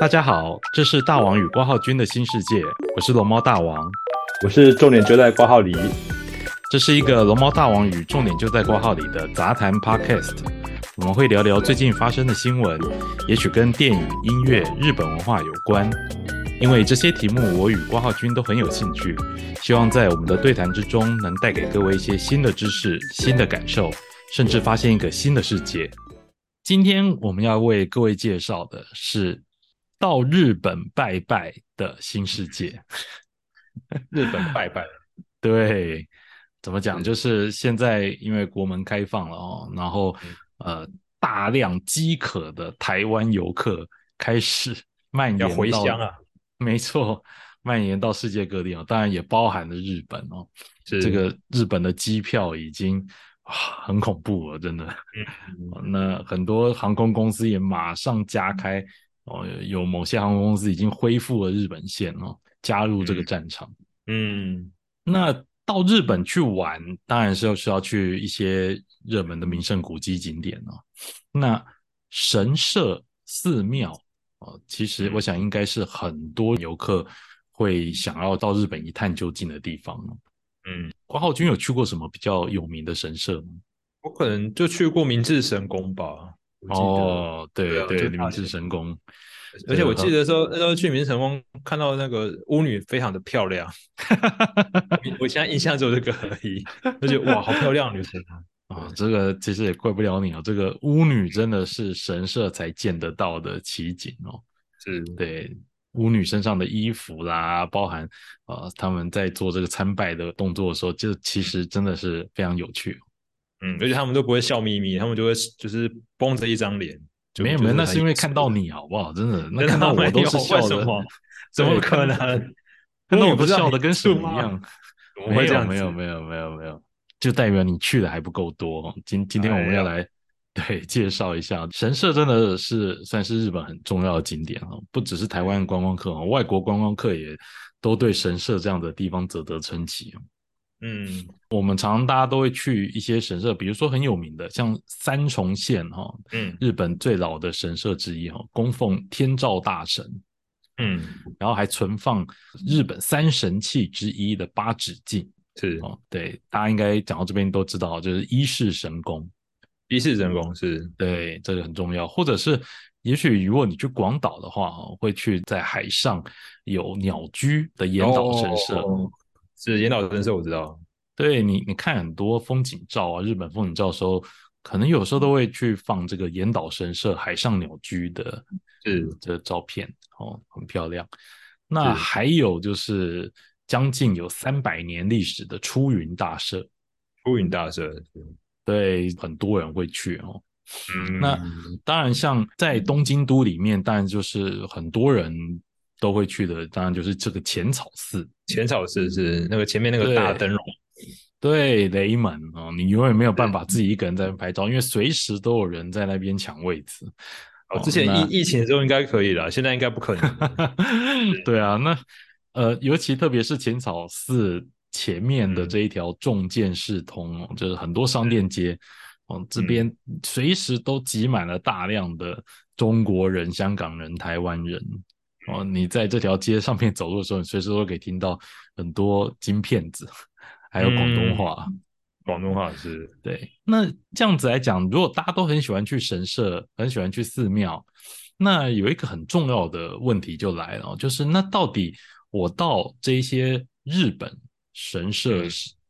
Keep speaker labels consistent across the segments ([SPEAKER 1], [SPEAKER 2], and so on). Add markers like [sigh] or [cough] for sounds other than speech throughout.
[SPEAKER 1] 大家好，这是大王与挂号君的新世界，我是龙猫大王。
[SPEAKER 2] 我是重点就在挂号里，
[SPEAKER 1] 这是一个龙猫大王与重点就在挂号里的杂谈 Podcast，我们会聊聊最近发生的新闻，也许跟电影、音乐、日本文化有关。因为这些题目我与挂号君都很有兴趣，希望在我们的对谈之中能带给各位一些新的知识、新的感受，甚至发现一个新的世界。今天我们要为各位介绍的是到日本拜拜的新世界。
[SPEAKER 2] 日本拜拜，
[SPEAKER 1] 对，怎么
[SPEAKER 2] 嗯
[SPEAKER 1] 讲？就是现在因为国门开放了哦，然后
[SPEAKER 2] 嗯
[SPEAKER 1] 呃，大量饥渴的台湾游客开始蔓延
[SPEAKER 2] 要回
[SPEAKER 1] 到
[SPEAKER 2] 乡啊！
[SPEAKER 1] 没错，蔓延到世界各地哦，当然也包含了日本哦。
[SPEAKER 2] 是
[SPEAKER 1] 这个日本的机票已经哇很恐怖了，
[SPEAKER 2] 嗯
[SPEAKER 1] 真的。哦那很多航空公司也马上加开哦，有某些航空公司已经恢复了日本线哦，加入这个
[SPEAKER 2] 嗯
[SPEAKER 1] 战场。
[SPEAKER 2] 嗯，
[SPEAKER 1] 那到日本去玩，当然是要需要去一些热门的名胜古迹景点哦。那神社、寺庙哦，其实
[SPEAKER 2] 嗯
[SPEAKER 1] 我想应该是很多游客会想要到日本一探究竟的地方哦。
[SPEAKER 2] 嗯，
[SPEAKER 1] 关浩君有去过什么比较有名的神社吗？
[SPEAKER 2] 我可能就去过明治神宫吧。我记得，
[SPEAKER 1] 哦，对
[SPEAKER 2] 对啊
[SPEAKER 1] 对，
[SPEAKER 2] 就
[SPEAKER 1] 明治神宫，
[SPEAKER 2] 而且我记
[SPEAKER 1] 得
[SPEAKER 2] 得说那时候去明治神宫，看到那个巫女非常的
[SPEAKER 1] [laughs]
[SPEAKER 2] 漂亮。我我现在印象只有这个而已，而且哇，好漂亮的女生啊！
[SPEAKER 1] 啊、这个其实也怪不了你哦，这个巫女真的是神社才见得到的奇景哦。
[SPEAKER 2] 是，
[SPEAKER 1] 对巫女身上的衣服啦，包含呃他们在做这个参拜的动作的时候，就其实真的是非常有趣。
[SPEAKER 2] 嗯，而且他们都不会笑眯眯，他们就会就是绷着一张脸。就
[SPEAKER 1] 没有
[SPEAKER 2] 就
[SPEAKER 1] 没有，那
[SPEAKER 2] 很
[SPEAKER 1] 是因为
[SPEAKER 2] 严肃
[SPEAKER 1] 看到你好不好？真的，那
[SPEAKER 2] [laughs] 真的
[SPEAKER 1] 看到
[SPEAKER 2] 没
[SPEAKER 1] 我都
[SPEAKER 2] 有
[SPEAKER 1] 是笑
[SPEAKER 2] 为什
[SPEAKER 1] 的 [laughs]
[SPEAKER 2] 么，怎么
[SPEAKER 1] 对
[SPEAKER 2] 可能？
[SPEAKER 1] 看到我都
[SPEAKER 2] 知道
[SPEAKER 1] 笑
[SPEAKER 2] 你
[SPEAKER 1] 的跟
[SPEAKER 2] 是
[SPEAKER 1] 什么
[SPEAKER 2] 吗
[SPEAKER 1] 一样。
[SPEAKER 2] 怎么
[SPEAKER 1] 没
[SPEAKER 2] 会这
[SPEAKER 1] 有
[SPEAKER 2] 样
[SPEAKER 1] 没有
[SPEAKER 2] 子
[SPEAKER 1] 没有没有没有，就代表你去的还不够多哦。今今天我们
[SPEAKER 2] 哎
[SPEAKER 1] 要
[SPEAKER 2] 呀
[SPEAKER 1] 来、对介绍一下神社，真的是算是日本很重要的景点哦，不只是台湾观光客哦，外国观光客也都对神社这样的地方啧啧称奇哦。
[SPEAKER 2] 嗯，
[SPEAKER 1] 我们常常大家都会去一些神社，比如说很有名的，像三重县哈、哦，
[SPEAKER 2] 嗯
[SPEAKER 1] 日本最老的神社之一哈、哦，供奉天照大神，
[SPEAKER 2] 嗯，
[SPEAKER 1] 然后还存放日本三神器之一的八指镜
[SPEAKER 2] 是
[SPEAKER 1] 哦。对，大家应该讲到这边都知道，就是一世神功，
[SPEAKER 2] 一世人工是，
[SPEAKER 1] 对，这个很重要。或者是，也许如果你去广岛的话哦，会去在海上有鸟居的岩岛神社。
[SPEAKER 2] 哦是岩岛神社，我知道。
[SPEAKER 1] 对你，你看很多风景照啊，日本风景照的时候，可能有时候都会去放这个岩岛神社海上鸟居的
[SPEAKER 2] 是
[SPEAKER 1] 这照片，哦，很漂亮。那
[SPEAKER 2] 是
[SPEAKER 1] 还有就是将近有三百年历史的出云大社，
[SPEAKER 2] 乌云大社，
[SPEAKER 1] 对，很多人会去哦。
[SPEAKER 2] 嗯
[SPEAKER 1] 那当然，像在东京都里面，当然就是很多人都会去的，当然就是这个浅草寺。
[SPEAKER 2] 浅草寺是那个前面那个
[SPEAKER 1] 对
[SPEAKER 2] 大灯笼，
[SPEAKER 1] 对，雷门哦，你永远没有办法自己一个人在那边拍照，因为随时都有人在那边抢位置。
[SPEAKER 2] 哦
[SPEAKER 1] 哦，
[SPEAKER 2] 之前
[SPEAKER 1] 那
[SPEAKER 2] 疫疫情的时候应该可以了，现在应该不可能了。
[SPEAKER 1] [laughs] 对啊，那呃，尤其特别是浅草寺前面的
[SPEAKER 2] 嗯
[SPEAKER 1] 这一条重建市通哦，就是很多商店街哦，
[SPEAKER 2] 嗯
[SPEAKER 1] 这边随时都挤满了大量的中国人、香港人、台湾人哦。你在这条街上面走路的时候，你随时都可以听到很多京片子，还有广东
[SPEAKER 2] 嗯
[SPEAKER 1] 话。
[SPEAKER 2] 广东话是，
[SPEAKER 1] 对，那这样子来讲，如果大家都很喜欢去神社，很喜欢去寺庙，那有一个很重要的问题就来了哦，就是那到底我到这些日本神社
[SPEAKER 2] 嗯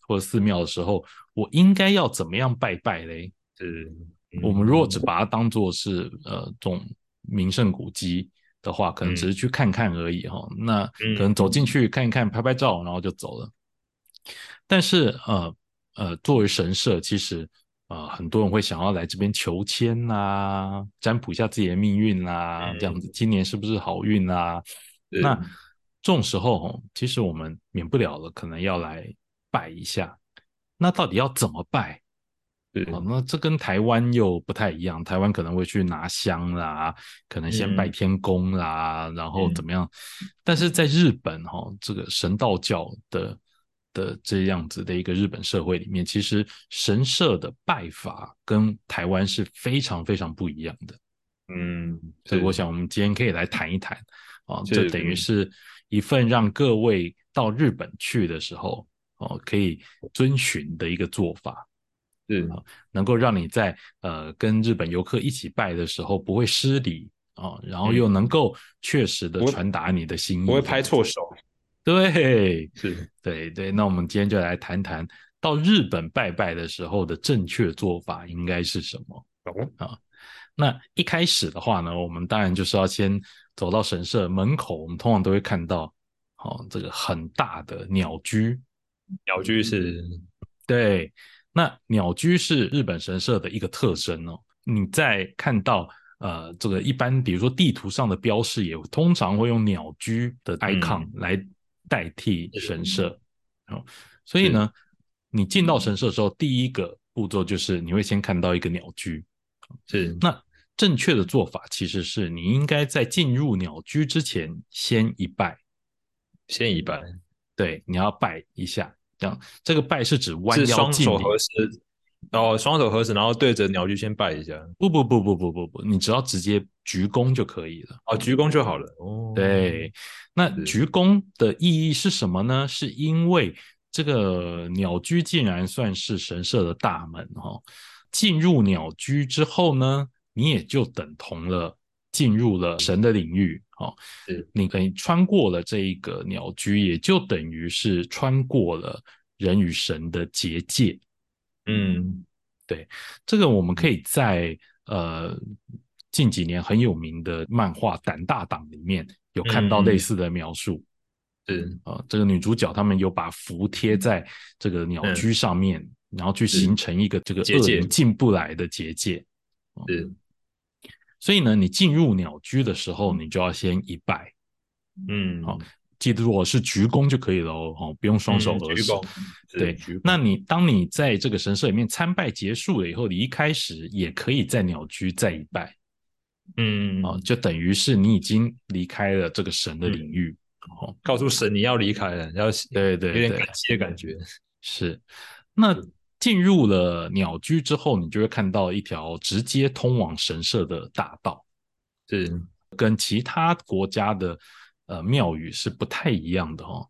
[SPEAKER 1] 或者寺庙的时候，我应该要怎么样拜拜嘞？
[SPEAKER 2] 是，嗯
[SPEAKER 1] 我们如果只把它当做是呃这种名胜古迹的话，可能
[SPEAKER 2] 嗯
[SPEAKER 1] 只是去看看而已哈、哦。那
[SPEAKER 2] 嗯
[SPEAKER 1] 可能走进去看一看，拍拍照，然后就走了。但是呃呃，作为神社，其实呃很多人会想要来这边求签啦、占卜一下自己的命运啦、
[SPEAKER 2] 嗯
[SPEAKER 1] 这样子今年是不是好运啦、
[SPEAKER 2] 是
[SPEAKER 1] 那这种时候哦，其实我们免不了了，可能要来拜一下。那到底要怎么拜？
[SPEAKER 2] 是
[SPEAKER 1] 哦，那这跟台湾又不太一样，台湾可能会去拿香啦，可能先拜
[SPEAKER 2] 嗯
[SPEAKER 1] 天公啦，然后
[SPEAKER 2] 嗯
[SPEAKER 1] 怎么样？但是在日本哈、哦，这个神道教的的这样子的一个日本社会里面，其实神社的拜法跟台湾是非常非常不一样的。
[SPEAKER 2] 嗯，
[SPEAKER 1] 所以
[SPEAKER 2] 是
[SPEAKER 1] 我想我们今天可以来谈一谈哦，
[SPEAKER 2] 是嗯
[SPEAKER 1] 这等于是一份让各位到日本去的时候哦可以遵循的一个做法，
[SPEAKER 2] 是
[SPEAKER 1] 能够让你在呃跟日本游客一起拜的时候不会失礼哦，然后又能够确实的
[SPEAKER 2] 嗯不会
[SPEAKER 1] 传达你的心意，
[SPEAKER 2] 不会拍错手，
[SPEAKER 1] 对
[SPEAKER 2] 是
[SPEAKER 1] 对对，那我们今天就来谈谈到日本拜拜的时候的正确做法应该是什么。
[SPEAKER 2] 懂
[SPEAKER 1] 那一开始的话呢，我们当然就是要先走到神社门口，我们通常都会看到，哦，这个很大的鸟居。
[SPEAKER 2] 鸟居是
[SPEAKER 1] 对，那鸟居是日本神社的一个特征哦。你在看到呃这个一般，比如说地图上的标示，也通常会用鸟居
[SPEAKER 2] 嗯
[SPEAKER 1] 的 icon 来代替神社。哦，所以呢，你进到神社的时候，第一个步骤就是你会先看到一个鸟居。
[SPEAKER 2] 是
[SPEAKER 1] 那正确的做法其实是你应该在进入鸟居之前先一拜，
[SPEAKER 2] 先一半，
[SPEAKER 1] 对，你要拜一下，这样这个拜是指弯
[SPEAKER 2] 是
[SPEAKER 1] 腰
[SPEAKER 2] 双
[SPEAKER 1] 敬
[SPEAKER 2] 手
[SPEAKER 1] 礼，
[SPEAKER 2] 合十，然后双手合十，然后对着鸟居先拜一下，
[SPEAKER 1] 不不不不不不不，你只要直接鞠躬就可以了。
[SPEAKER 2] 哦，鞠躬就好了。哦，，
[SPEAKER 1] 对，那
[SPEAKER 2] 是
[SPEAKER 1] 鞠躬的意义是什么呢？是因为这个鸟居竟然算是神社的大门哦，进入鸟居之后呢，你也就等同了进入了神的领域哦
[SPEAKER 2] 是，
[SPEAKER 1] 你可以穿过了这一个鸟居，也就等于是穿过了人与神的结界。
[SPEAKER 2] 嗯，
[SPEAKER 1] 这个我们可以在呃近几年很有名的漫画《胆大党》里面有看到
[SPEAKER 2] 嗯
[SPEAKER 1] 类似的描述。
[SPEAKER 2] 是
[SPEAKER 1] 呃，这个女主角他们有把符贴在这个鸟居上面，然后去形成一个这个
[SPEAKER 2] 嗯结
[SPEAKER 1] 恶
[SPEAKER 2] 界
[SPEAKER 1] 灵进不来的结界。哦
[SPEAKER 2] 是，
[SPEAKER 1] 所以呢，你进入鸟居的时候，你就要先一拜，
[SPEAKER 2] 嗯，
[SPEAKER 1] 好记住我是鞠躬就可以了哦，哦不用双手
[SPEAKER 2] 嗯
[SPEAKER 1] 合
[SPEAKER 2] 鞠
[SPEAKER 1] 十。
[SPEAKER 2] 躬，是
[SPEAKER 1] 对
[SPEAKER 2] 鞠躬，
[SPEAKER 1] 那你当你在这个神社里面参拜结束了以后，你一开始也可以在鸟居再一拜
[SPEAKER 2] 嗯，
[SPEAKER 1] 哦，就等于是你已经离开了这个神的领域。哦，
[SPEAKER 2] 告诉神你要离开了，要嗯有
[SPEAKER 1] 对对对，
[SPEAKER 2] 点感嗯激的感觉，
[SPEAKER 1] 是，那进入了鸟居之后，你就会看到一条直接通往神社的大道，
[SPEAKER 2] 是
[SPEAKER 1] 跟其他国家的呃庙宇是不太一样的哦。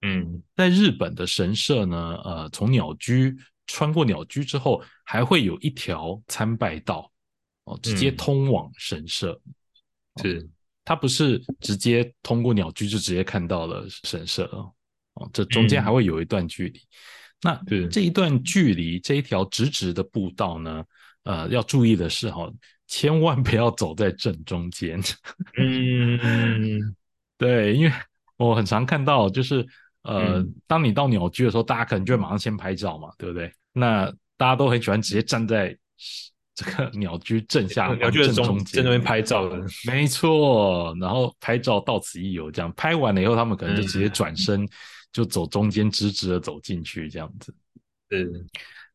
[SPEAKER 2] 嗯，
[SPEAKER 1] 在日本的神社呢，呃，从鸟居穿过鸟居之后，还会有一条参拜道哦，直接
[SPEAKER 2] 嗯
[SPEAKER 1] 通往神社。
[SPEAKER 2] 是
[SPEAKER 1] 它不是直接通过鸟居就直接看到了神社哦，哦，这中
[SPEAKER 2] 嗯
[SPEAKER 1] 间还会有一段距离。那
[SPEAKER 2] 是
[SPEAKER 1] 这一段距离，这一条直直的步道呢，呃，要注意的是哈、哦，千万不要走在正中间。 [laughs]
[SPEAKER 2] 嗯，
[SPEAKER 1] 对，因为我很常看到，就是呃，
[SPEAKER 2] 嗯
[SPEAKER 1] 当你到鸟居的时候，大家可能就会马上先拍照嘛，对不对？那大家都很喜欢直接站在这个鸟居正下方
[SPEAKER 2] 鸟居的
[SPEAKER 1] 正中
[SPEAKER 2] 中
[SPEAKER 1] 间
[SPEAKER 2] 正中间拍照的，
[SPEAKER 1] 没错，然后拍照到此一游，这样拍完了以后，他们可能就直
[SPEAKER 2] 嗯
[SPEAKER 1] 接转身，就走中间直直的走进去这样子。
[SPEAKER 2] 是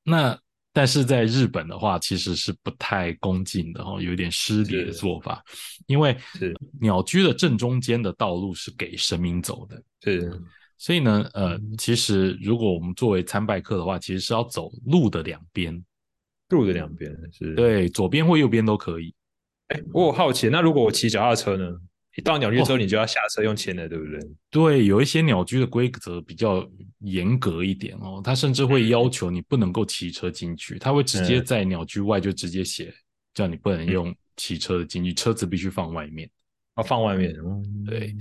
[SPEAKER 1] 那但是在日本的话，其实是不太恭敬的哦，有点失礼的
[SPEAKER 2] 是
[SPEAKER 1] 做法，因为
[SPEAKER 2] 是
[SPEAKER 1] 鸟居的正中间的道路是给神明走的，
[SPEAKER 2] 是
[SPEAKER 1] 所以呢，呃，
[SPEAKER 2] 嗯
[SPEAKER 1] 其实如果我们作为参拜客的话，其实是要走路的两边，
[SPEAKER 2] 路的两边是。
[SPEAKER 1] 对，左边或右边都可以。
[SPEAKER 2] 哎，我有好奇，那如果我骑脚踏车呢？一到鸟居之后，你就要下车用牵的，对不对？
[SPEAKER 1] 对，有一些鸟居的规则比较严格一点哦，它甚至会要求你不能够骑车进去，它会直接
[SPEAKER 2] 嗯
[SPEAKER 1] 在鸟居外就直接写，叫你不能用骑车的进去，车子必须放外面。
[SPEAKER 2] 要放外面。哦
[SPEAKER 1] 对
[SPEAKER 2] 对，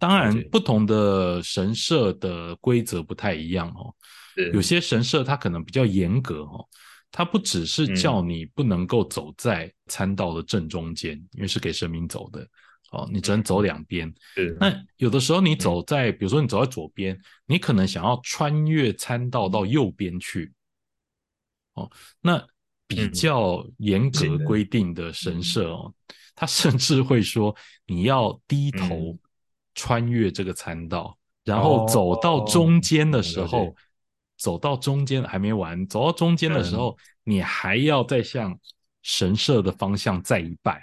[SPEAKER 1] 当
[SPEAKER 2] 了
[SPEAKER 1] 然
[SPEAKER 2] 解，
[SPEAKER 1] 不同的神社的规则不太一样哦，
[SPEAKER 2] 是
[SPEAKER 1] 有些神社它可能比较严格哦，它不只是
[SPEAKER 2] 嗯
[SPEAKER 1] 叫你不能够走在参道的正中间，因为是给神明走的哦，你只能
[SPEAKER 2] 嗯
[SPEAKER 1] 走两边。
[SPEAKER 2] 是
[SPEAKER 1] 那有的时候你
[SPEAKER 2] 嗯
[SPEAKER 1] 走在，比如说你走在左边，你可能想要穿越参道到右边去，哦，那比
[SPEAKER 2] 嗯嗯
[SPEAKER 1] 较严
[SPEAKER 2] 不行
[SPEAKER 1] 格
[SPEAKER 2] 的
[SPEAKER 1] 规定的神社
[SPEAKER 2] 嗯
[SPEAKER 1] 哦，他甚至会说你要低头
[SPEAKER 2] 嗯
[SPEAKER 1] 穿越这个参道，然后
[SPEAKER 2] 哦
[SPEAKER 1] 走到中间的
[SPEAKER 2] 嗯
[SPEAKER 1] 时
[SPEAKER 2] 了解
[SPEAKER 1] 候，走到中间还没完，走到中间的时
[SPEAKER 2] 嗯
[SPEAKER 1] 候，你还要再向神社的方向再一拜，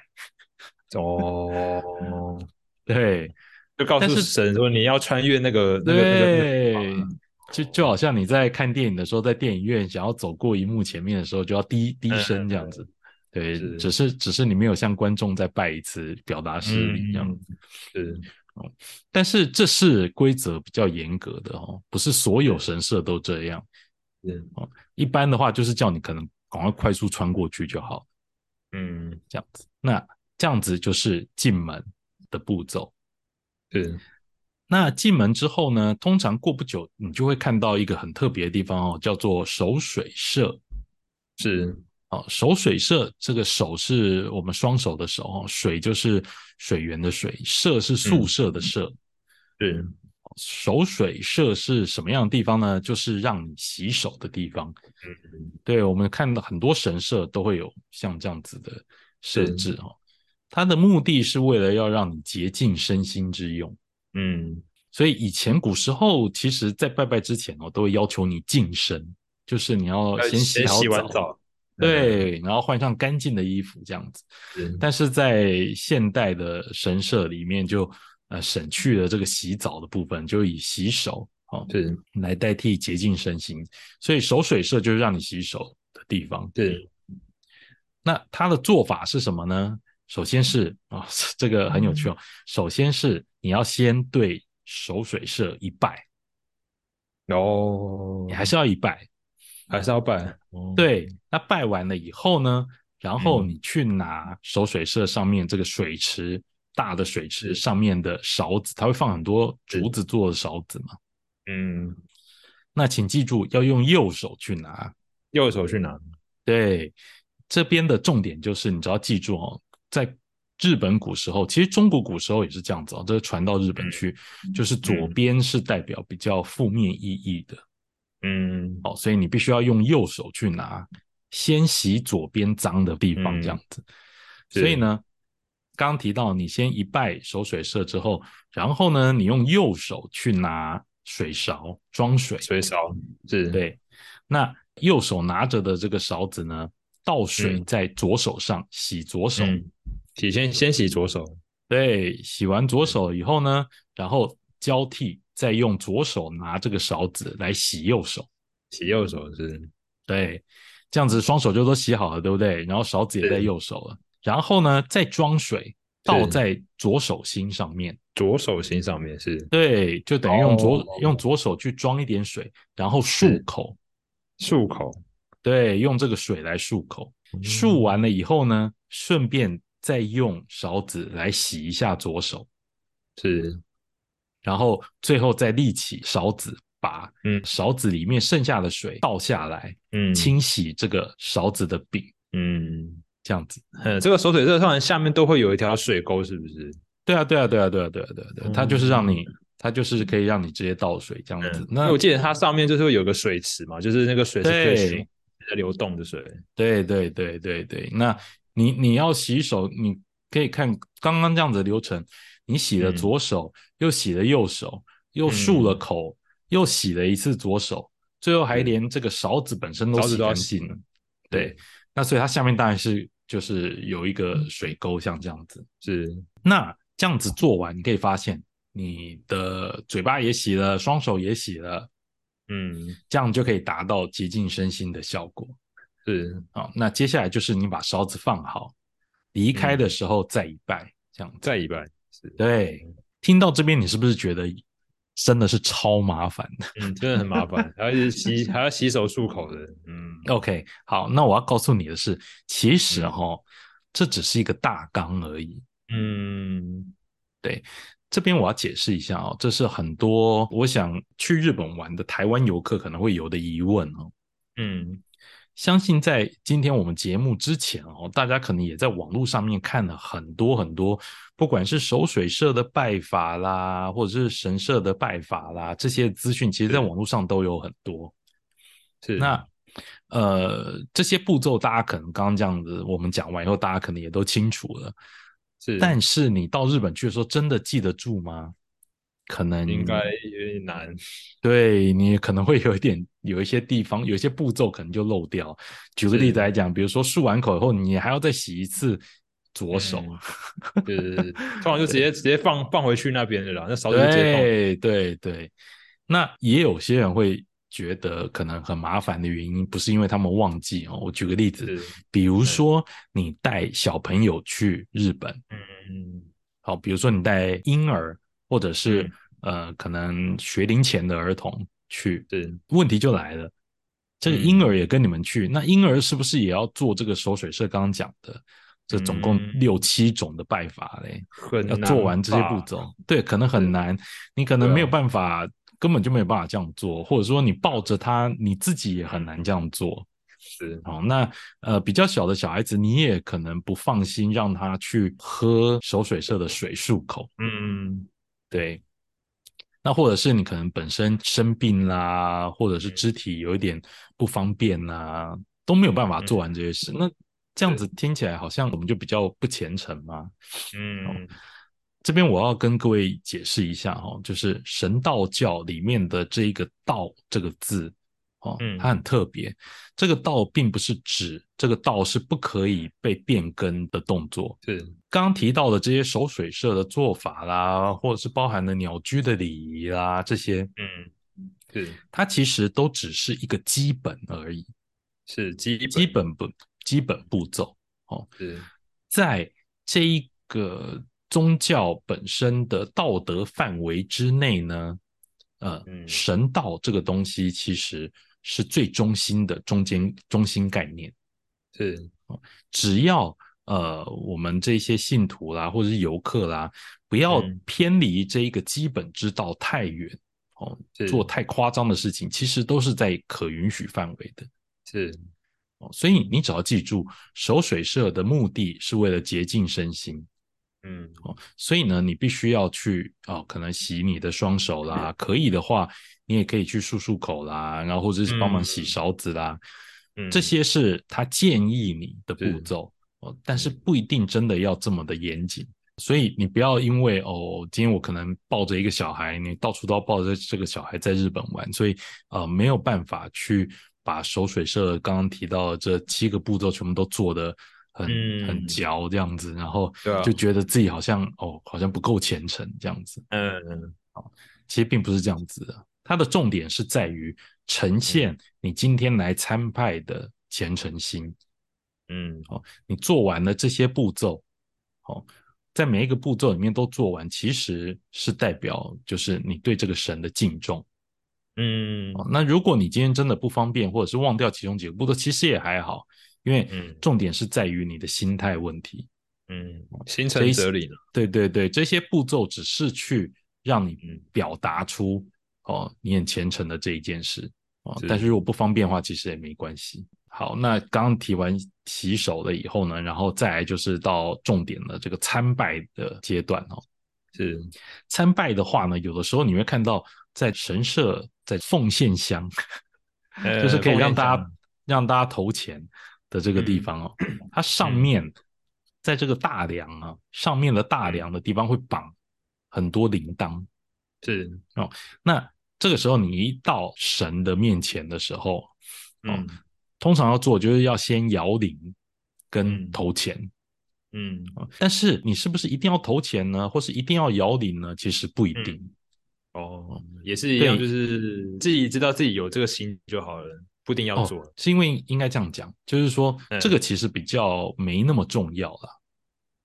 [SPEAKER 2] 哦， [laughs]
[SPEAKER 1] 对。
[SPEAKER 2] 就告
[SPEAKER 1] 但
[SPEAKER 2] 诉
[SPEAKER 1] 是
[SPEAKER 2] 神说你要穿越那个那个那个那个地
[SPEAKER 1] 对
[SPEAKER 2] 方啊，
[SPEAKER 1] 就就好像你在看电影的时候，在电影院想要走过荧幕前面的时候，就要低低
[SPEAKER 2] 嗯
[SPEAKER 1] 声这样子。对，
[SPEAKER 2] 是
[SPEAKER 1] 只是只是你没有向观众再拜一次表达失礼这样。
[SPEAKER 2] 嗯是
[SPEAKER 1] 但是这是规则比较严格的哦，不是所有神社都这样。
[SPEAKER 2] 是，
[SPEAKER 1] 一般的话就是叫你可能赶快快速穿过去就好，
[SPEAKER 2] 嗯
[SPEAKER 1] 这样子。那这样子就是进门的步骤。
[SPEAKER 2] 是，
[SPEAKER 1] 那进门之后呢，通常过不久你就会看到一个很特别的地方哦，叫做守水社。
[SPEAKER 2] 是
[SPEAKER 1] 哦，守水社这个守是我们双手的手哦，水就是水源的水，社是
[SPEAKER 2] 嗯
[SPEAKER 1] 宿舍的社。
[SPEAKER 2] 是
[SPEAKER 1] 守水社是什么样的地方呢？就是让你洗手的地方。
[SPEAKER 2] 嗯
[SPEAKER 1] 对，我们看到很多神社都会有像这样子的设
[SPEAKER 2] 是
[SPEAKER 1] 置哦。它的目的是为了要让你洁净身心之用，
[SPEAKER 2] 嗯
[SPEAKER 1] 所以以前古时候，其实在拜拜之前哦，都会要求你净身，就是你要
[SPEAKER 2] 要
[SPEAKER 1] 洗好
[SPEAKER 2] 呃洗完澡，嗯
[SPEAKER 1] 对，然后换上干净的衣服这样子。
[SPEAKER 2] 是
[SPEAKER 1] 但是在现代的神社里面就，呃省去了这个洗澡的部分，就以洗手哦
[SPEAKER 2] 是
[SPEAKER 1] 来代替洁净身心，所以守水社就是让你洗手的地方。
[SPEAKER 2] 是
[SPEAKER 1] 那它的做法是什么呢？首先是啊、 [laughs] 这个很有趣哦。首先是你要先对守水社一拜，
[SPEAKER 2] 哦
[SPEAKER 1] 你还是要一拜。
[SPEAKER 2] 还是要办，哦，
[SPEAKER 1] 对，那拜完了以后呢，然后
[SPEAKER 2] 嗯
[SPEAKER 1] 你去拿守水社上面这个水池，大的水池
[SPEAKER 2] 是
[SPEAKER 1] 上面的勺子，它会放很多竹子做的勺子嘛。
[SPEAKER 2] 嗯，
[SPEAKER 1] 那请记住要用右手去拿。
[SPEAKER 2] 右手去拿，
[SPEAKER 1] 对，这边的重点就是你只要记住哦，在日本古时候，其实中国古时候也是这样子哦，这是传到日本去，就是左
[SPEAKER 2] 嗯
[SPEAKER 1] 边是代表比较负面意义的。
[SPEAKER 2] 嗯，
[SPEAKER 1] 哦，所以你必须要用右手去拿，先洗左边脏的地方，
[SPEAKER 2] 嗯
[SPEAKER 1] 这样子。
[SPEAKER 2] 是
[SPEAKER 1] 所以呢，刚刚提到你先一拜守水社之后，然后呢，你用右手去拿水勺装水，
[SPEAKER 2] 水勺是，
[SPEAKER 1] 对，那右手拿着的这个勺子呢，倒水
[SPEAKER 2] 嗯
[SPEAKER 1] 在左手上洗左手，
[SPEAKER 2] 嗯，洗先先洗左手，
[SPEAKER 1] 对，洗完左手以后呢，然后交替再用左手拿这个勺子来洗右手。
[SPEAKER 2] 洗右手是，
[SPEAKER 1] 对，这样子双手就都洗好了，对不对？然后勺子也在
[SPEAKER 2] 是
[SPEAKER 1] 右手了，然后呢，再装水倒在左手心上面，
[SPEAKER 2] 左手心上面是
[SPEAKER 1] 对，就等于用左、
[SPEAKER 2] 哦
[SPEAKER 1] 用左手去装一点水，然后漱
[SPEAKER 2] 是
[SPEAKER 1] 口，
[SPEAKER 2] 漱口，
[SPEAKER 1] 对，用这个水来漱口，
[SPEAKER 2] 嗯
[SPEAKER 1] 漱完了以后呢，顺便再用勺子来洗一下左手，
[SPEAKER 2] 是，
[SPEAKER 1] 然后最后再立起勺子，把
[SPEAKER 2] 嗯
[SPEAKER 1] 勺子里面剩下的水倒下来，
[SPEAKER 2] 嗯，，
[SPEAKER 1] 清洗这个勺子的柄，
[SPEAKER 2] 嗯
[SPEAKER 1] 这样子。
[SPEAKER 2] 嗯，这个手水这上下面都会有一条水沟，是不是？
[SPEAKER 1] 对啊，对啊，对啊，对啊，对啊，对啊，对啊，它就是让你，它就是可以让你直接倒水这样子
[SPEAKER 2] 嗯。，哦因
[SPEAKER 1] 那
[SPEAKER 2] 为我记得它上面就是会有个水池嘛，就是那个水是可以
[SPEAKER 1] 对
[SPEAKER 2] 循在流动的水，
[SPEAKER 1] 对对对对对，那你你要洗手，你可以看刚刚这样子的流程，你洗了
[SPEAKER 2] 嗯
[SPEAKER 1] 左手，又洗了右手，又漱了
[SPEAKER 2] 嗯
[SPEAKER 1] 口，又洗了一次左手，最后还
[SPEAKER 2] 对
[SPEAKER 1] 连这个勺子本身都
[SPEAKER 2] 勺子
[SPEAKER 1] 洗
[SPEAKER 2] 都要
[SPEAKER 1] 干
[SPEAKER 2] 洗
[SPEAKER 1] 净
[SPEAKER 2] 了
[SPEAKER 1] 了。对，那所以它下面当然是就是有一
[SPEAKER 2] 嗯
[SPEAKER 1] 个水沟，像这样子。
[SPEAKER 2] 是，
[SPEAKER 1] 那这样子做完，你可以发现你的嘴巴也洗了，双手也洗了，
[SPEAKER 2] 嗯，
[SPEAKER 1] 这样就可以达到洁净身心的效果
[SPEAKER 2] 是，
[SPEAKER 1] 啊、那接下来就是你把勺子放好，离开的时候再一拜，这样子。
[SPEAKER 2] 再一半是，
[SPEAKER 1] 对，听到这边你是不是觉得真的是超麻烦 [laughs] 的
[SPEAKER 2] 嗯，真的很麻烦，还要一直洗，还要洗手漱口的，嗯，
[SPEAKER 1] ？OK，好，那我要告诉你的是，其实哈、这只是一个大纲而已。
[SPEAKER 2] 嗯，
[SPEAKER 1] 这边我要解释一下哦，这是很多我想去日本玩的台湾游客可能会有的疑问哦。
[SPEAKER 2] 嗯，
[SPEAKER 1] 相信在今天我们节目之前哦，大家可能也在网络上面看了很多很多，不管是守水社的拜法啦，或者是神社的拜法啦，这些资讯其实在网络上都有很多。
[SPEAKER 2] 是，
[SPEAKER 1] 那呃，这些步骤大家可能刚刚这样子，我们讲完以后，大家可能也都清楚了。
[SPEAKER 2] 是，
[SPEAKER 1] 但是你到日本去的时候，真的记得住吗？可能
[SPEAKER 2] 应该有点难，
[SPEAKER 1] 对你可能会有一点，有一些地方，有一些步骤可能就漏掉。举个例子
[SPEAKER 2] 是
[SPEAKER 1] 来讲，比如说漱完口以后，你还要再洗一次左手。
[SPEAKER 2] 嗯就是通常就直接直接放放回去那边的啦，那勺子就直接放，
[SPEAKER 1] 对对对，那也有些人会觉得可能很麻烦的原因，不是因为他们忘记哦。我举个例子，
[SPEAKER 2] 是，
[SPEAKER 1] 比如说你带小朋友去日本，
[SPEAKER 2] 嗯，
[SPEAKER 1] 好，比如说你带婴儿或者是
[SPEAKER 2] 嗯、
[SPEAKER 1] 呃可能学龄前的儿童去，
[SPEAKER 2] 嗯是，
[SPEAKER 1] 问题就来了。这个
[SPEAKER 2] 嗯
[SPEAKER 1] 婴儿也跟你们去，那婴儿是不是也要做这个手水社刚刚讲的？这总共
[SPEAKER 2] 嗯
[SPEAKER 1] 六七种的拜法嘞，
[SPEAKER 2] 很
[SPEAKER 1] 要
[SPEAKER 2] 难
[SPEAKER 1] 做完这些
[SPEAKER 2] 吧
[SPEAKER 1] 步骤，对，可能很难，你可能
[SPEAKER 2] 对啊
[SPEAKER 1] 没有办法，根本就没有办法这样做，或者说你抱着他，你自己也很难这样做。
[SPEAKER 2] 是，
[SPEAKER 1] 哦，那呃比较小的小孩子，你也可能不放心让他去喝手水社的水漱口，
[SPEAKER 2] 嗯，
[SPEAKER 1] 对。那或者是你可能本身生病啦，或者是肢体有一点不方便啦，都没有办法做完这些事。那这样子听起来好像我们就比较不虔诚嘛。
[SPEAKER 2] 嗯，
[SPEAKER 1] 这边我要跟各位解释一下哦，就是神道教里面的这一个“道”这个字哦，
[SPEAKER 2] 嗯
[SPEAKER 1] 它很特别。这个“道”并不是指这个“道”是不可以被变更的动作。
[SPEAKER 2] 是，
[SPEAKER 1] 刚刚提到的这些守水社的做法啦，或者是包含了鸟居的礼仪啦，这些
[SPEAKER 2] 嗯，是，
[SPEAKER 1] 它其实都只是一个基本而已，
[SPEAKER 2] 是基本
[SPEAKER 1] 基本步基本步骤。
[SPEAKER 2] 是，
[SPEAKER 1] 在这一个宗教本身的道德范围之内呢，呃，
[SPEAKER 2] 嗯
[SPEAKER 1] 神道这个东西其实是最中心的中间中心概念。
[SPEAKER 2] 是，
[SPEAKER 1] 只要呃我们这些信徒啦，或者是游客啦，不要
[SPEAKER 2] 嗯
[SPEAKER 1] 偏离这一个基本之道太远哦，
[SPEAKER 2] 是
[SPEAKER 1] 做太夸张的事情，其实都是在可允许范围的。
[SPEAKER 2] 是，
[SPEAKER 1] 哦，所
[SPEAKER 2] 嗯
[SPEAKER 1] 以你只要记住，守水社的目的是为了洁净身心，
[SPEAKER 2] 嗯，
[SPEAKER 1] 哦，所以呢，你必须要去哦，可能洗你的双手啦，可以的话，你也可以去漱漱口啦，然后或者是帮忙洗
[SPEAKER 2] 嗯
[SPEAKER 1] 勺子啦，
[SPEAKER 2] 嗯
[SPEAKER 1] 这些是他建议你的步
[SPEAKER 2] 是
[SPEAKER 1] 骤哦，但是不一定真的要这么的严谨。所以你不要因为哦，今天我可能抱着一个小孩，你到处都要抱着这个小孩在日本玩，所以呃没有办法去把守水社刚刚提到的这七个步骤全部都做得很、很
[SPEAKER 2] 嗯
[SPEAKER 1] 嚼这样子，然后
[SPEAKER 2] 对啊
[SPEAKER 1] 就觉得自己好像哦，好像不够虔诚这样子。
[SPEAKER 2] 嗯，
[SPEAKER 1] 其实并不是这样子的，它的重点是在于呈
[SPEAKER 2] 嗯
[SPEAKER 1] 现你今天来参拜的虔诚心。
[SPEAKER 2] 嗯，
[SPEAKER 1] 你做完了这些步骤，哦，在每一个步骤里面都做完，其实是代表就是你对这个神的敬重。
[SPEAKER 2] 嗯，
[SPEAKER 1] 哦，那如果你今天真的不方便，或者是忘掉其中几个步骤，其实也还好，因为
[SPEAKER 2] 嗯
[SPEAKER 1] 重点是在于你的心态问题。
[SPEAKER 2] 嗯，心
[SPEAKER 1] 所以
[SPEAKER 2] 诚则灵啊，
[SPEAKER 1] 对对对，这些步骤只是去让你
[SPEAKER 2] 嗯
[SPEAKER 1] 表达出哦，你很虔诚的这一件事哦。
[SPEAKER 2] 是
[SPEAKER 1] 但是如果不方便的话，其实也没关系。好，那刚刚提完洗手了以后呢，然后再来就是到重点的这个参拜的阶段哦。
[SPEAKER 2] 是，
[SPEAKER 1] 参拜的话呢，有的时候你会看到在神社在奉献箱，
[SPEAKER 2] 呃
[SPEAKER 1] 就是可以让大
[SPEAKER 2] 奉
[SPEAKER 1] 家让大家投钱的这个地方哦，它上
[SPEAKER 2] 嗯
[SPEAKER 1] 面在这个大梁啊上面的
[SPEAKER 2] 嗯
[SPEAKER 1] 大梁的地方会绑很多铃铛，
[SPEAKER 2] 献香
[SPEAKER 1] 那这个时候你一到神的面前的时候，
[SPEAKER 2] 是，
[SPEAKER 1] 哦
[SPEAKER 2] 嗯
[SPEAKER 1] 通常要做就是要先摇铃跟
[SPEAKER 2] 嗯
[SPEAKER 1] 投钱，
[SPEAKER 2] 嗯
[SPEAKER 1] 哦但是你是不是一定要投钱呢，或是一定要摇铃呢？其实不一定。
[SPEAKER 2] 嗯哦，也是一样，就是自己知道自己有这个心就好了，不一定要做
[SPEAKER 1] 哦，是因为应该这样讲，就是说
[SPEAKER 2] 嗯
[SPEAKER 1] 这个其实比较没那么重要了。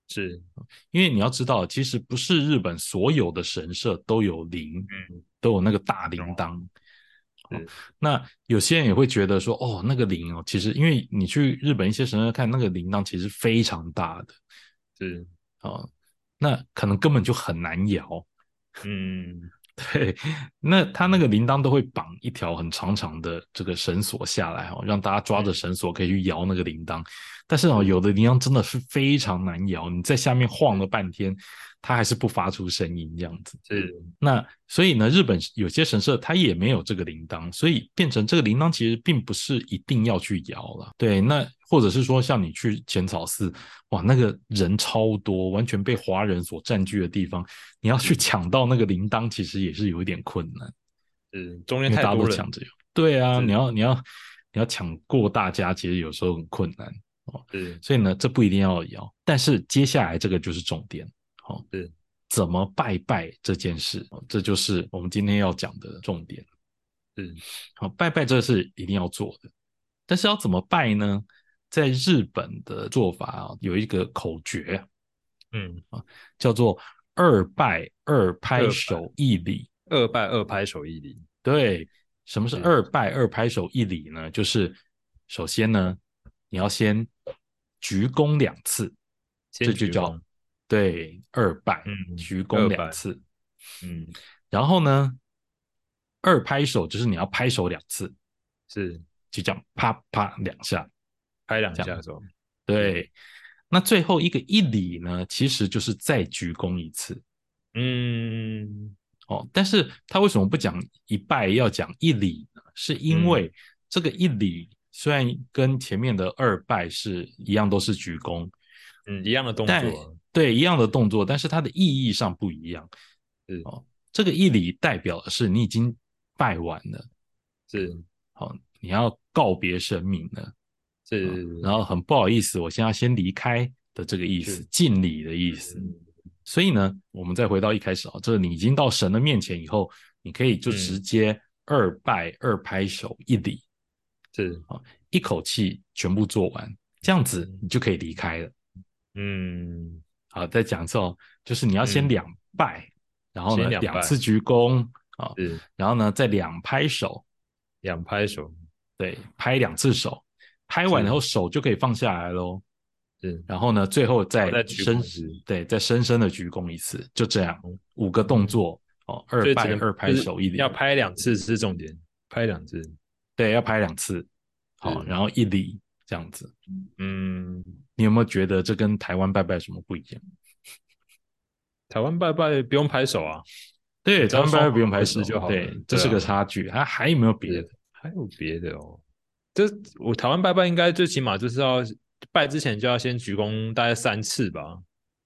[SPEAKER 2] 是，
[SPEAKER 1] 因为你要知道，其实不是日本所有的神社都有铃，
[SPEAKER 2] 嗯，
[SPEAKER 1] 都有那个大铃铛。
[SPEAKER 2] 是
[SPEAKER 1] 哦那有些人也会觉得说，哦，那个铃哦，其实因为你去日本一些神社看，那个铃铛其实非常大的
[SPEAKER 2] 是，
[SPEAKER 1] 哦，那可能根本就很难摇。
[SPEAKER 2] 嗯，
[SPEAKER 1] [laughs] 对，那它那个铃铛都会绑一条很长长的这个绳索下来哦，让大家
[SPEAKER 2] 嗯
[SPEAKER 1] 抓着绳索可以去摇那个铃铛。但是哦，有的铃铛真的是非常难摇，你在下面晃了半天，它还是不发出声音这样子。
[SPEAKER 2] 是，
[SPEAKER 1] 那所以呢，日本有些神社它也没有这个铃铛，所以变成这个铃铛其实并不是一定要去摇了。对，那或者是说像你去浅草寺，哇，那个人超多，完全被华人所占据的地方，你要去抢到那个铃铛，其实也是有一点困难，
[SPEAKER 2] 是，中
[SPEAKER 1] 因
[SPEAKER 2] 间
[SPEAKER 1] 为
[SPEAKER 2] 太
[SPEAKER 1] 大家
[SPEAKER 2] 多
[SPEAKER 1] 都
[SPEAKER 2] 人，
[SPEAKER 1] 抢着摇。对啊，
[SPEAKER 2] 是
[SPEAKER 1] 你要你要你要抢过大家，其实有时候很困难。
[SPEAKER 2] 是，
[SPEAKER 1] 所以呢，这不一定要摇，但是接下来这个就是重点，好、
[SPEAKER 2] 是
[SPEAKER 1] 怎么拜拜这件事、哦这就是我们今天要讲的重点。
[SPEAKER 2] 是
[SPEAKER 1] 好，拜拜这是一定要做的，但是要怎么拜呢？在日本的做法啊，有一个口诀
[SPEAKER 2] 嗯，
[SPEAKER 1] 叫做“二拜二拍
[SPEAKER 2] 二拜
[SPEAKER 1] 手一礼
[SPEAKER 2] 二拜二拍手一礼，”。
[SPEAKER 1] 对，什么是
[SPEAKER 2] 是
[SPEAKER 1] 二拜二拍手一礼呢？就是首先呢，你要先鞠躬两次，这
[SPEAKER 2] 先
[SPEAKER 1] 就
[SPEAKER 2] 鞠
[SPEAKER 1] 叫
[SPEAKER 2] 躬
[SPEAKER 1] 对二拜，
[SPEAKER 2] 嗯
[SPEAKER 1] 鞠
[SPEAKER 2] 二
[SPEAKER 1] 躬两
[SPEAKER 2] 拜
[SPEAKER 1] 次。
[SPEAKER 2] 嗯，
[SPEAKER 1] 然后呢，二拍手就是你要拍手两次，
[SPEAKER 2] 是
[SPEAKER 1] 就这样啪啪两下。
[SPEAKER 2] 拍两
[SPEAKER 1] 这样
[SPEAKER 2] 下的时候，嗯
[SPEAKER 1] 对，那最后一个一礼呢，其实就是再鞠躬一次
[SPEAKER 2] 嗯，
[SPEAKER 1] 哦。但是他为什么不讲一拜，要讲一礼呢？是因
[SPEAKER 2] 嗯
[SPEAKER 1] 为这个一礼虽然跟前面的二拜是一样，都是鞠躬，
[SPEAKER 2] 嗯，一样的动
[SPEAKER 1] 但
[SPEAKER 2] 作，
[SPEAKER 1] 对一样的动作，但是它的意义上不一样
[SPEAKER 2] 是。
[SPEAKER 1] 哦，这个一礼代表的是你已经拜完了，
[SPEAKER 2] 是
[SPEAKER 1] 好、你要告别神明了。
[SPEAKER 2] 是，
[SPEAKER 1] 哦然后很不好意思，我现在要先离开的这个意思
[SPEAKER 2] 是，
[SPEAKER 1] 敬礼的意思。
[SPEAKER 2] 嗯
[SPEAKER 1] 所以呢，我们再回到一开始啊，就是你已经到神的面前以后，你可以就
[SPEAKER 2] 嗯
[SPEAKER 1] 直接二拜二拍手一礼，
[SPEAKER 2] 是，
[SPEAKER 1] 一口气全部做完，这样子你就可以离开了。
[SPEAKER 2] 嗯，
[SPEAKER 1] 好，再讲一次哦，就是你要先
[SPEAKER 2] 嗯
[SPEAKER 1] 两拜，然后呢
[SPEAKER 2] 先两拜
[SPEAKER 1] 两次鞠躬啊，
[SPEAKER 2] 是
[SPEAKER 1] 然后呢再两拍手，
[SPEAKER 2] 两拍手，
[SPEAKER 1] 对，拍两次手，拍完以后手就可以放下来喽。
[SPEAKER 2] 是
[SPEAKER 1] 然后呢，最后再
[SPEAKER 2] 哦再鞠
[SPEAKER 1] 深
[SPEAKER 2] 躬一次
[SPEAKER 1] 对，再深深的鞠躬一次，就这样
[SPEAKER 2] 嗯
[SPEAKER 1] 五个动作哦，二
[SPEAKER 2] 所以只
[SPEAKER 1] 拜
[SPEAKER 2] 能
[SPEAKER 1] 二拍
[SPEAKER 2] 就是
[SPEAKER 1] 手一礼，
[SPEAKER 2] 要拍两次是重点，拍两次，
[SPEAKER 1] 对，要拍两次，好，
[SPEAKER 2] 是
[SPEAKER 1] 然后一礼这样子。
[SPEAKER 2] 嗯，
[SPEAKER 1] 你有没有觉得这跟台湾拜拜有什么不一样？
[SPEAKER 2] 台湾拜拜不用拍手啊，
[SPEAKER 1] 对，
[SPEAKER 2] 只
[SPEAKER 1] 台
[SPEAKER 2] 要
[SPEAKER 1] 湾拜拜
[SPEAKER 2] 双
[SPEAKER 1] 不用
[SPEAKER 2] 手
[SPEAKER 1] 拍
[SPEAKER 2] 合十
[SPEAKER 1] 手，
[SPEAKER 2] 就好了
[SPEAKER 1] 对
[SPEAKER 2] 对，
[SPEAKER 1] 这是个
[SPEAKER 2] 啊
[SPEAKER 1] 差距。啊，还有没有别的？
[SPEAKER 2] 还有别的哦，这我台湾拜拜应该最起码就是要拜之前就要先鞠躬大概三次吧，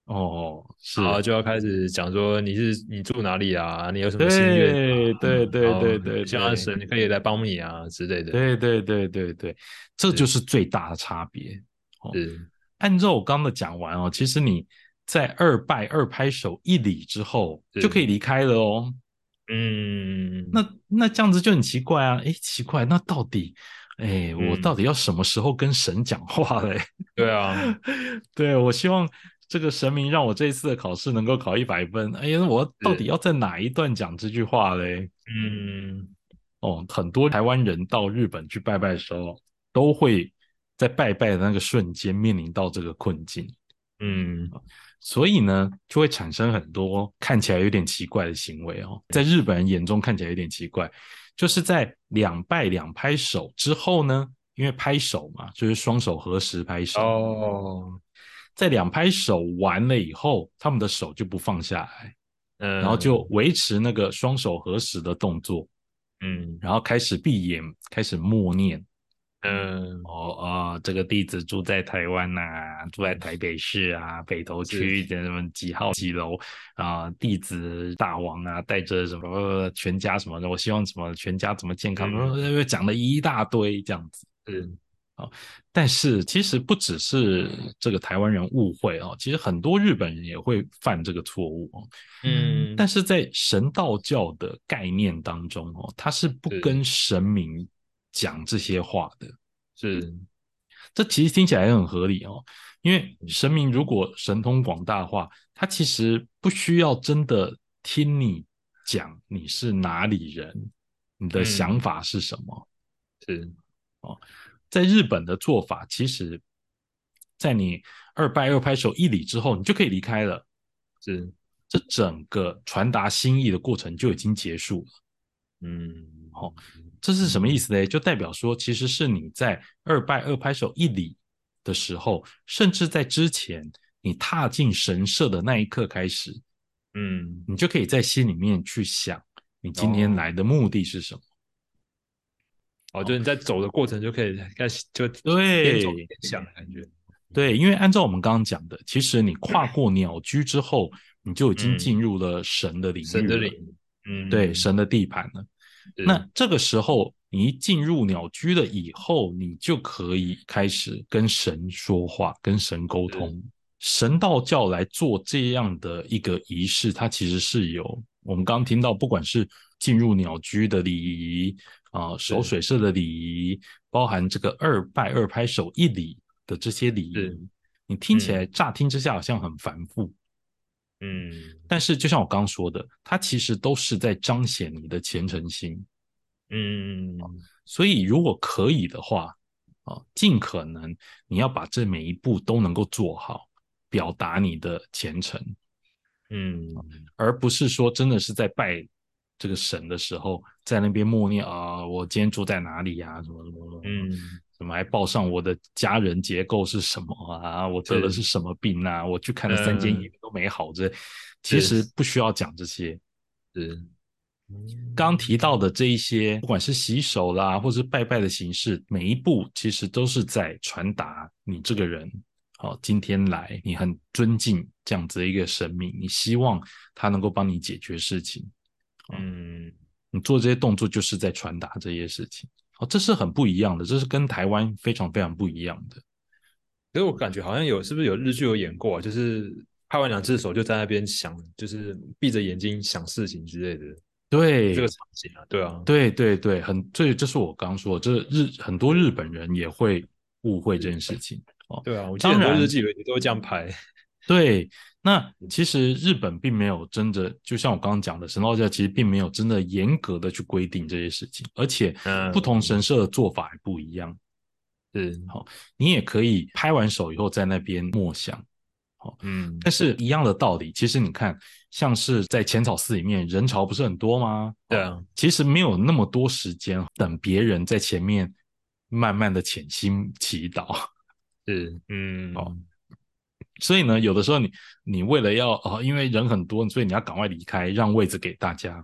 [SPEAKER 1] 哦，是，
[SPEAKER 2] 然后就要开始讲说你是你住哪里啊，你有什么心愿啊、
[SPEAKER 1] 对对
[SPEAKER 2] 然
[SPEAKER 1] 对
[SPEAKER 2] 后
[SPEAKER 1] 对对，
[SPEAKER 2] 希望神可以来帮你啊之类的，
[SPEAKER 1] 对对对对对，这就是最大的差别。
[SPEAKER 2] 是
[SPEAKER 1] 按照我刚刚的讲完哦，其实你在二拜二拍手一礼之后
[SPEAKER 2] 是
[SPEAKER 1] 就可以离开了哦。
[SPEAKER 2] 嗯，
[SPEAKER 1] 那那这样子就很奇怪啊！诶，奇怪，那到底，诶，
[SPEAKER 2] 嗯
[SPEAKER 1] 我到底要什么时候跟神讲话嘞？
[SPEAKER 2] 对啊，
[SPEAKER 1] 对我希望这个神明让我这一次的考试能够考一百分。哎呀，我到底要在哪一段讲这句话嘞？
[SPEAKER 2] 嗯，
[SPEAKER 1] 哦，很多台湾人到日本去拜拜的时候，都会在拜拜的那个瞬间面临到这个困境。
[SPEAKER 2] 嗯，
[SPEAKER 1] 所以呢，就会产生很多看起来有点奇怪的行为哦，在日本人眼中看起来有点奇怪，就是在两拜两拍手之后呢，因为拍手嘛，就是双手合十拍手，
[SPEAKER 2] 哦，
[SPEAKER 1] 在两拍手完了以后，他们的手就不放下来，
[SPEAKER 2] 嗯，
[SPEAKER 1] 然后就维持那个双手合十的动作，
[SPEAKER 2] 嗯
[SPEAKER 1] 然后开始闭眼，开始默念。
[SPEAKER 2] 嗯，
[SPEAKER 1] 哦哦，这个弟子住在台湾呐、住在台北市啊，北投区的什么几号几楼啊、弟子大王啊，带着什么呃全家什么的，我希望什么全家怎么健康，
[SPEAKER 2] 嗯
[SPEAKER 1] 呃讲了一大堆这样子。嗯
[SPEAKER 2] 是
[SPEAKER 1] 但是其实不只是这个台湾人误会哦，其实很多日本人也会犯这个错误哦。
[SPEAKER 2] 嗯，
[SPEAKER 1] 但是在神道教的概念当中哦，他是不
[SPEAKER 2] 是
[SPEAKER 1] 跟神明讲这些话的。
[SPEAKER 2] 是
[SPEAKER 1] 这其实听起来也很合理哦，因为神明如果神通广大的话，他其实不需要真的听你讲你是哪里人，你的
[SPEAKER 2] 嗯
[SPEAKER 1] 想法是什么。
[SPEAKER 2] 是，
[SPEAKER 1] 在日本的做法，其实，在你二拜二拍手一礼之后，你就可以离开了，
[SPEAKER 2] 是，
[SPEAKER 1] 这整个传达心意的过程就已经结束了。
[SPEAKER 2] 嗯，
[SPEAKER 1] 好，这是什么意思呢？就代表说，其实是你在二拜二拍手一礼的时候，甚至在之前，你踏进神社的那一刻开始，
[SPEAKER 2] 嗯，
[SPEAKER 1] 你就可以在心里面去想，你今天
[SPEAKER 2] 哦
[SPEAKER 1] 来的目的是什么？
[SPEAKER 2] 哦，就是你在走的过程就可以开始就边
[SPEAKER 1] 对
[SPEAKER 2] 走边想的感觉，
[SPEAKER 1] 对，因为按照我们刚刚讲的，其实你跨过鸟居之后，你就已经
[SPEAKER 2] 嗯
[SPEAKER 1] 进入了神的领域了，
[SPEAKER 2] 神的领，嗯，
[SPEAKER 1] 对神的地盘了。
[SPEAKER 2] 是
[SPEAKER 1] 那这个时候，你一进入鸟居了以后，你就可以开始跟神说话，跟神沟通。神道教来做这样的一个仪式，它其实是有我们刚刚听到，不管是进入鸟居的礼仪，啊、呃守水社的礼仪，包含这个二拜二拍手一礼的这些礼
[SPEAKER 2] 是
[SPEAKER 1] 仪，你听起
[SPEAKER 2] 嗯
[SPEAKER 1] 来乍听之下好像很繁复，
[SPEAKER 2] 嗯，
[SPEAKER 1] 但是就像我刚说的，它其实都是在彰显你的虔诚心。
[SPEAKER 2] 嗯，
[SPEAKER 1] 所以如果可以的话，啊，尽可能你要把这每一步都能够做好，表达你的虔诚，
[SPEAKER 2] 嗯，
[SPEAKER 1] 而不是说真的是在拜这个神的时候，在那边默念啊，我今天住在哪里呀、什么什么什么，
[SPEAKER 2] 嗯，
[SPEAKER 1] 什么还报上我的家人结构是什么啊，我得
[SPEAKER 2] 是嗯
[SPEAKER 1] 了是什么病啊，我去看了三间医院都没好这，其
[SPEAKER 2] 是
[SPEAKER 1] 实不需要讲这些。
[SPEAKER 2] 是，嗯
[SPEAKER 1] 刚提到的这一些，不管是洗手啦，或是拜拜的形式，每一步其实都是在传达你这个人，好、今天来你很尊敬这样子的一个神明，你希望他能够帮你解决事情，
[SPEAKER 2] 嗯，
[SPEAKER 1] 你做这些动作就是在传达这些事情，好、这是很不一样的，这是跟台湾非常非常不一样的。
[SPEAKER 2] 可是我感觉好像有，是不是有日剧有演过啊？就是拍完两只手就在那边想，就是闭着眼睛想事情之类的，
[SPEAKER 1] 对，
[SPEAKER 2] 这个场景啊，对啊，
[SPEAKER 1] 对对对，很，所以这是我刚说的，这日很多日本人也会误会这件事情。
[SPEAKER 2] 对啊，我记得
[SPEAKER 1] 当
[SPEAKER 2] 很多
[SPEAKER 1] 然
[SPEAKER 2] 日剧有些都会这样拍，
[SPEAKER 1] 对，那其实日本并没有真的，就像我刚刚讲的，神道教其实并没有真的严格的去规定这些事情，而且
[SPEAKER 2] 嗯
[SPEAKER 1] 不同神社的做法还不一样。
[SPEAKER 2] 是，
[SPEAKER 1] 你也可以拍完手以后在那边默想，
[SPEAKER 2] 嗯，
[SPEAKER 1] 但是一样的道理，其实你看，像是在浅草寺里面人潮不是很多吗？
[SPEAKER 2] 对啊，
[SPEAKER 1] 其实没有那么多时间等别人在前面慢慢的潜心祈祷。
[SPEAKER 2] 是，嗯，
[SPEAKER 1] 好所以呢，有的时候你你为了要啊、呃因为人很多，所以你要赶快离开，让位置给大家。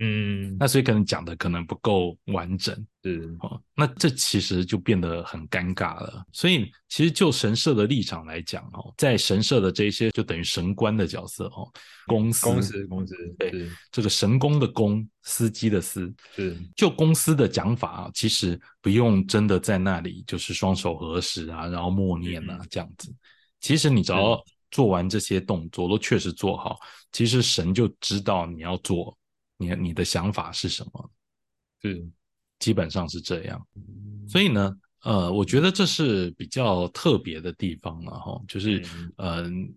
[SPEAKER 2] 嗯，
[SPEAKER 1] 那所以可能讲的可能不够完整
[SPEAKER 2] 是，
[SPEAKER 1] 哦，那这其实就变得很尴尬了。所以其实就神社的立场来讲哦，在神社的这一些就等于神官的角色哦，公司
[SPEAKER 2] 公司，公司，
[SPEAKER 1] 对
[SPEAKER 2] 是，
[SPEAKER 1] 这个神工的工，司机的司，
[SPEAKER 2] 是，
[SPEAKER 1] 就公司的讲法啊，其实不用真的在那里就是双手合十啊，然后默念啊
[SPEAKER 2] 嗯
[SPEAKER 1] 这样子。其实你只要
[SPEAKER 2] 是
[SPEAKER 1] 做完这些动作，都确实做好，其实神就知道你要做，你你的想法是什么，
[SPEAKER 2] 是，
[SPEAKER 1] 基本上是这样。
[SPEAKER 2] 嗯
[SPEAKER 1] 所以呢，呃，我觉得这是比较特别的地方了哈，就是嗯、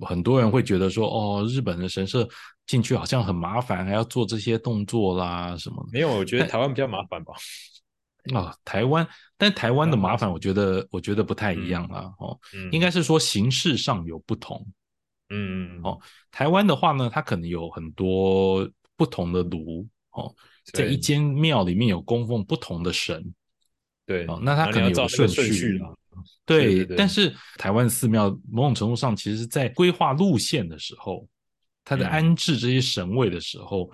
[SPEAKER 1] 呃很多人会觉得说，哦，日本的神社进去好像很麻烦，还要做这些动作啦什么的。
[SPEAKER 2] 没有，我觉得台湾比较麻烦吧，
[SPEAKER 1] 啊、台湾，但台湾的
[SPEAKER 2] 台湾
[SPEAKER 1] 麻烦，我觉得我觉得不太一样啦。哦，
[SPEAKER 2] 嗯，
[SPEAKER 1] 应该，是说形式上有不同。
[SPEAKER 2] 嗯，
[SPEAKER 1] 哦，台湾的话呢，它可能有很多不同的炉哦，在
[SPEAKER 2] 对
[SPEAKER 1] 一间庙里面有供奉不同的神。
[SPEAKER 2] 对，
[SPEAKER 1] 哦那它
[SPEAKER 2] 然后
[SPEAKER 1] 可
[SPEAKER 2] 你
[SPEAKER 1] 能
[SPEAKER 2] 要
[SPEAKER 1] 有
[SPEAKER 2] 照
[SPEAKER 1] 个
[SPEAKER 2] 那个
[SPEAKER 1] 顺
[SPEAKER 2] 顺
[SPEAKER 1] 序啊
[SPEAKER 2] 序啊啦，
[SPEAKER 1] 对，
[SPEAKER 2] 对对对
[SPEAKER 1] 但是台湾寺庙某种程度上，其实在规划路线的时候，它在
[SPEAKER 2] 嗯
[SPEAKER 1] 安置这些神位的时候，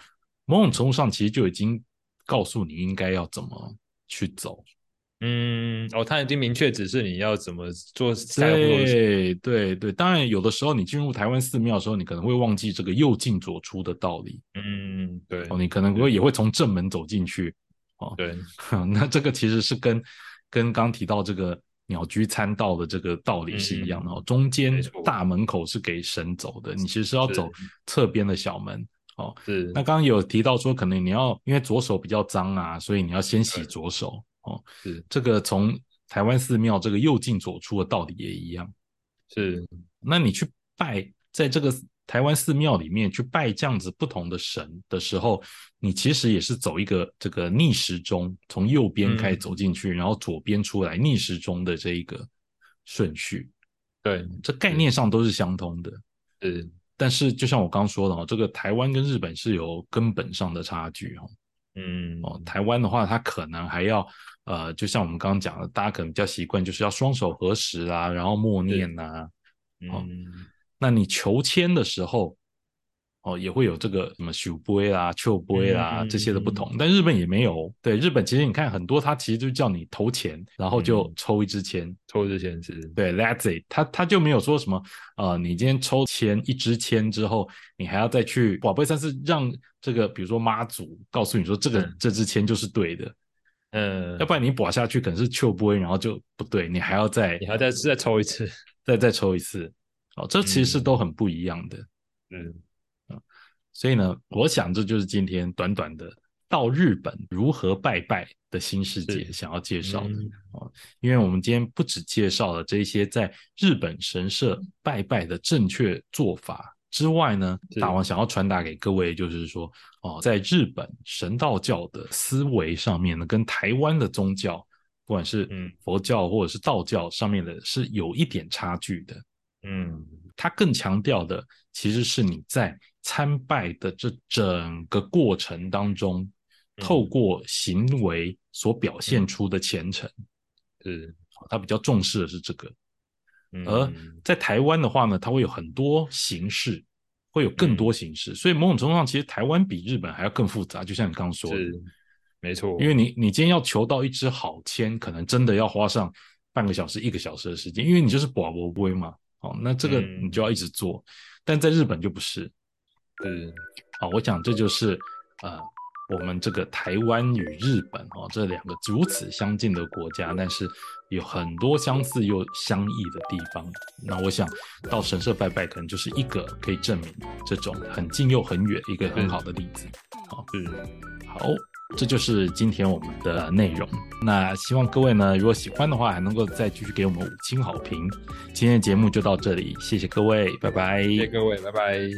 [SPEAKER 1] 某种程度上其实就已经告诉你应该要怎么去走。
[SPEAKER 2] 嗯，哦，他已经明确指示你要怎么做三个步骤是，
[SPEAKER 1] 对对对，当然有的时候你进入台湾寺庙的时候，你可能会忘记这个右进左出的道理
[SPEAKER 2] 嗯，对，
[SPEAKER 1] 哦，你可能会也会从正门走进去。
[SPEAKER 2] 对，
[SPEAKER 1] [laughs] 那这个其实是跟跟刚提到这个鸟居参道的这个道理是一样的哦，中间
[SPEAKER 2] 嗯没错
[SPEAKER 1] 大门口是给神走的，你其实是要
[SPEAKER 2] 是
[SPEAKER 1] 走侧边的小门。
[SPEAKER 2] 是，
[SPEAKER 1] 那刚刚有提到说，可能你要因为左手比较脏啊，所以你要先洗
[SPEAKER 2] 对
[SPEAKER 1] 左手哦。
[SPEAKER 2] 是
[SPEAKER 1] 这个从台湾寺庙这个右进左出的道理也一样。
[SPEAKER 2] 是，
[SPEAKER 1] 那你去拜在这个台湾寺庙里面去拜这样子不同的神的时候，你其实也是走一个这个逆时钟，从右边开始
[SPEAKER 2] 嗯
[SPEAKER 1] 走进去，然后左边出来逆时钟的这一个顺序，
[SPEAKER 2] 对，
[SPEAKER 1] 这概念上都是相通的。
[SPEAKER 2] 是，
[SPEAKER 1] 但是就像我刚说的哦，这个台湾跟日本是有根本上的差距哦。
[SPEAKER 2] 嗯，
[SPEAKER 1] 哦，台湾的话，它可能还要呃，就像我们刚刚讲的，大家可能比较习惯就是要双手合十啊，然后默念啊，哦
[SPEAKER 2] 嗯，
[SPEAKER 1] 那你求签的时候，哦，也会有这个什么许杯啦、丘杯啦
[SPEAKER 2] 嗯
[SPEAKER 1] 这些的不同，但日本也没有。对，日本其实你看很多，它其实就叫你投钱，然后就
[SPEAKER 2] 嗯
[SPEAKER 1] 抽一支签。
[SPEAKER 2] 抽之前是，
[SPEAKER 1] 对，That's it，他他就没有说什么，呃，你今天抽签一支签之后，你还要再去宝贝三是让这个，比如说妈祖告诉你说这个、
[SPEAKER 2] 嗯
[SPEAKER 1] 这支签就是对的，
[SPEAKER 2] 嗯，
[SPEAKER 1] 要不然你bỏ下去可能是丘杯，然后就不对，你还要再
[SPEAKER 2] 你还要再再抽一次，
[SPEAKER 1] 再再抽一次。哦，这其实是
[SPEAKER 2] 嗯
[SPEAKER 1] 都很不一样的。
[SPEAKER 2] 嗯，
[SPEAKER 1] 所以呢，我想这就是今天短短的到日本如何拜拜的新世界
[SPEAKER 2] 是
[SPEAKER 1] 想要介绍的
[SPEAKER 2] 嗯
[SPEAKER 1] 哦，因为我们今天不只介绍了这些在日本神社拜拜的正确做法之外呢，
[SPEAKER 2] 是
[SPEAKER 1] 大王想要传达给各位就是说，哦，在日本神道教的思维上面呢，跟台湾的宗教，不管是
[SPEAKER 2] 嗯
[SPEAKER 1] 佛教或者是道教上面的，是有一点差距的。
[SPEAKER 2] 嗯，
[SPEAKER 1] 它更强调的其实是你在参拜的这整个过程当中，
[SPEAKER 2] 嗯
[SPEAKER 1] 透过行为所表现出的虔诚，
[SPEAKER 2] 是，
[SPEAKER 1] 它比较重视的是这个。
[SPEAKER 2] 嗯
[SPEAKER 1] 而在台湾的话呢，它会有很多形式，会有
[SPEAKER 2] 嗯
[SPEAKER 1] 更多形式，所以某种程度上，其实台湾比日本还要更复杂。就像你刚刚说的，
[SPEAKER 2] 是没错，
[SPEAKER 1] 因为你你今天要求到一支好签，可能真的要花上半个小时、一个小时的时间，因为你就是保博龟嘛。哦，那这个
[SPEAKER 2] 嗯
[SPEAKER 1] 你就要一直做，但在日本就不是。
[SPEAKER 2] 是
[SPEAKER 1] 啊，我想这就是呃我们这个台湾与日本哦这两个如此相近的国家，但是有很多相似又相异的地方。那我想到神社拜拜，可能就是一个可以证明这种很近又很远一个很好的例子。
[SPEAKER 2] 是，
[SPEAKER 1] 好。这就是今天我们的内容。那希望各位呢，如果喜欢的话，还能够再继续给我们五星好评。今天的节目就到这里，谢谢各位，拜拜。
[SPEAKER 2] 谢谢各位，拜拜。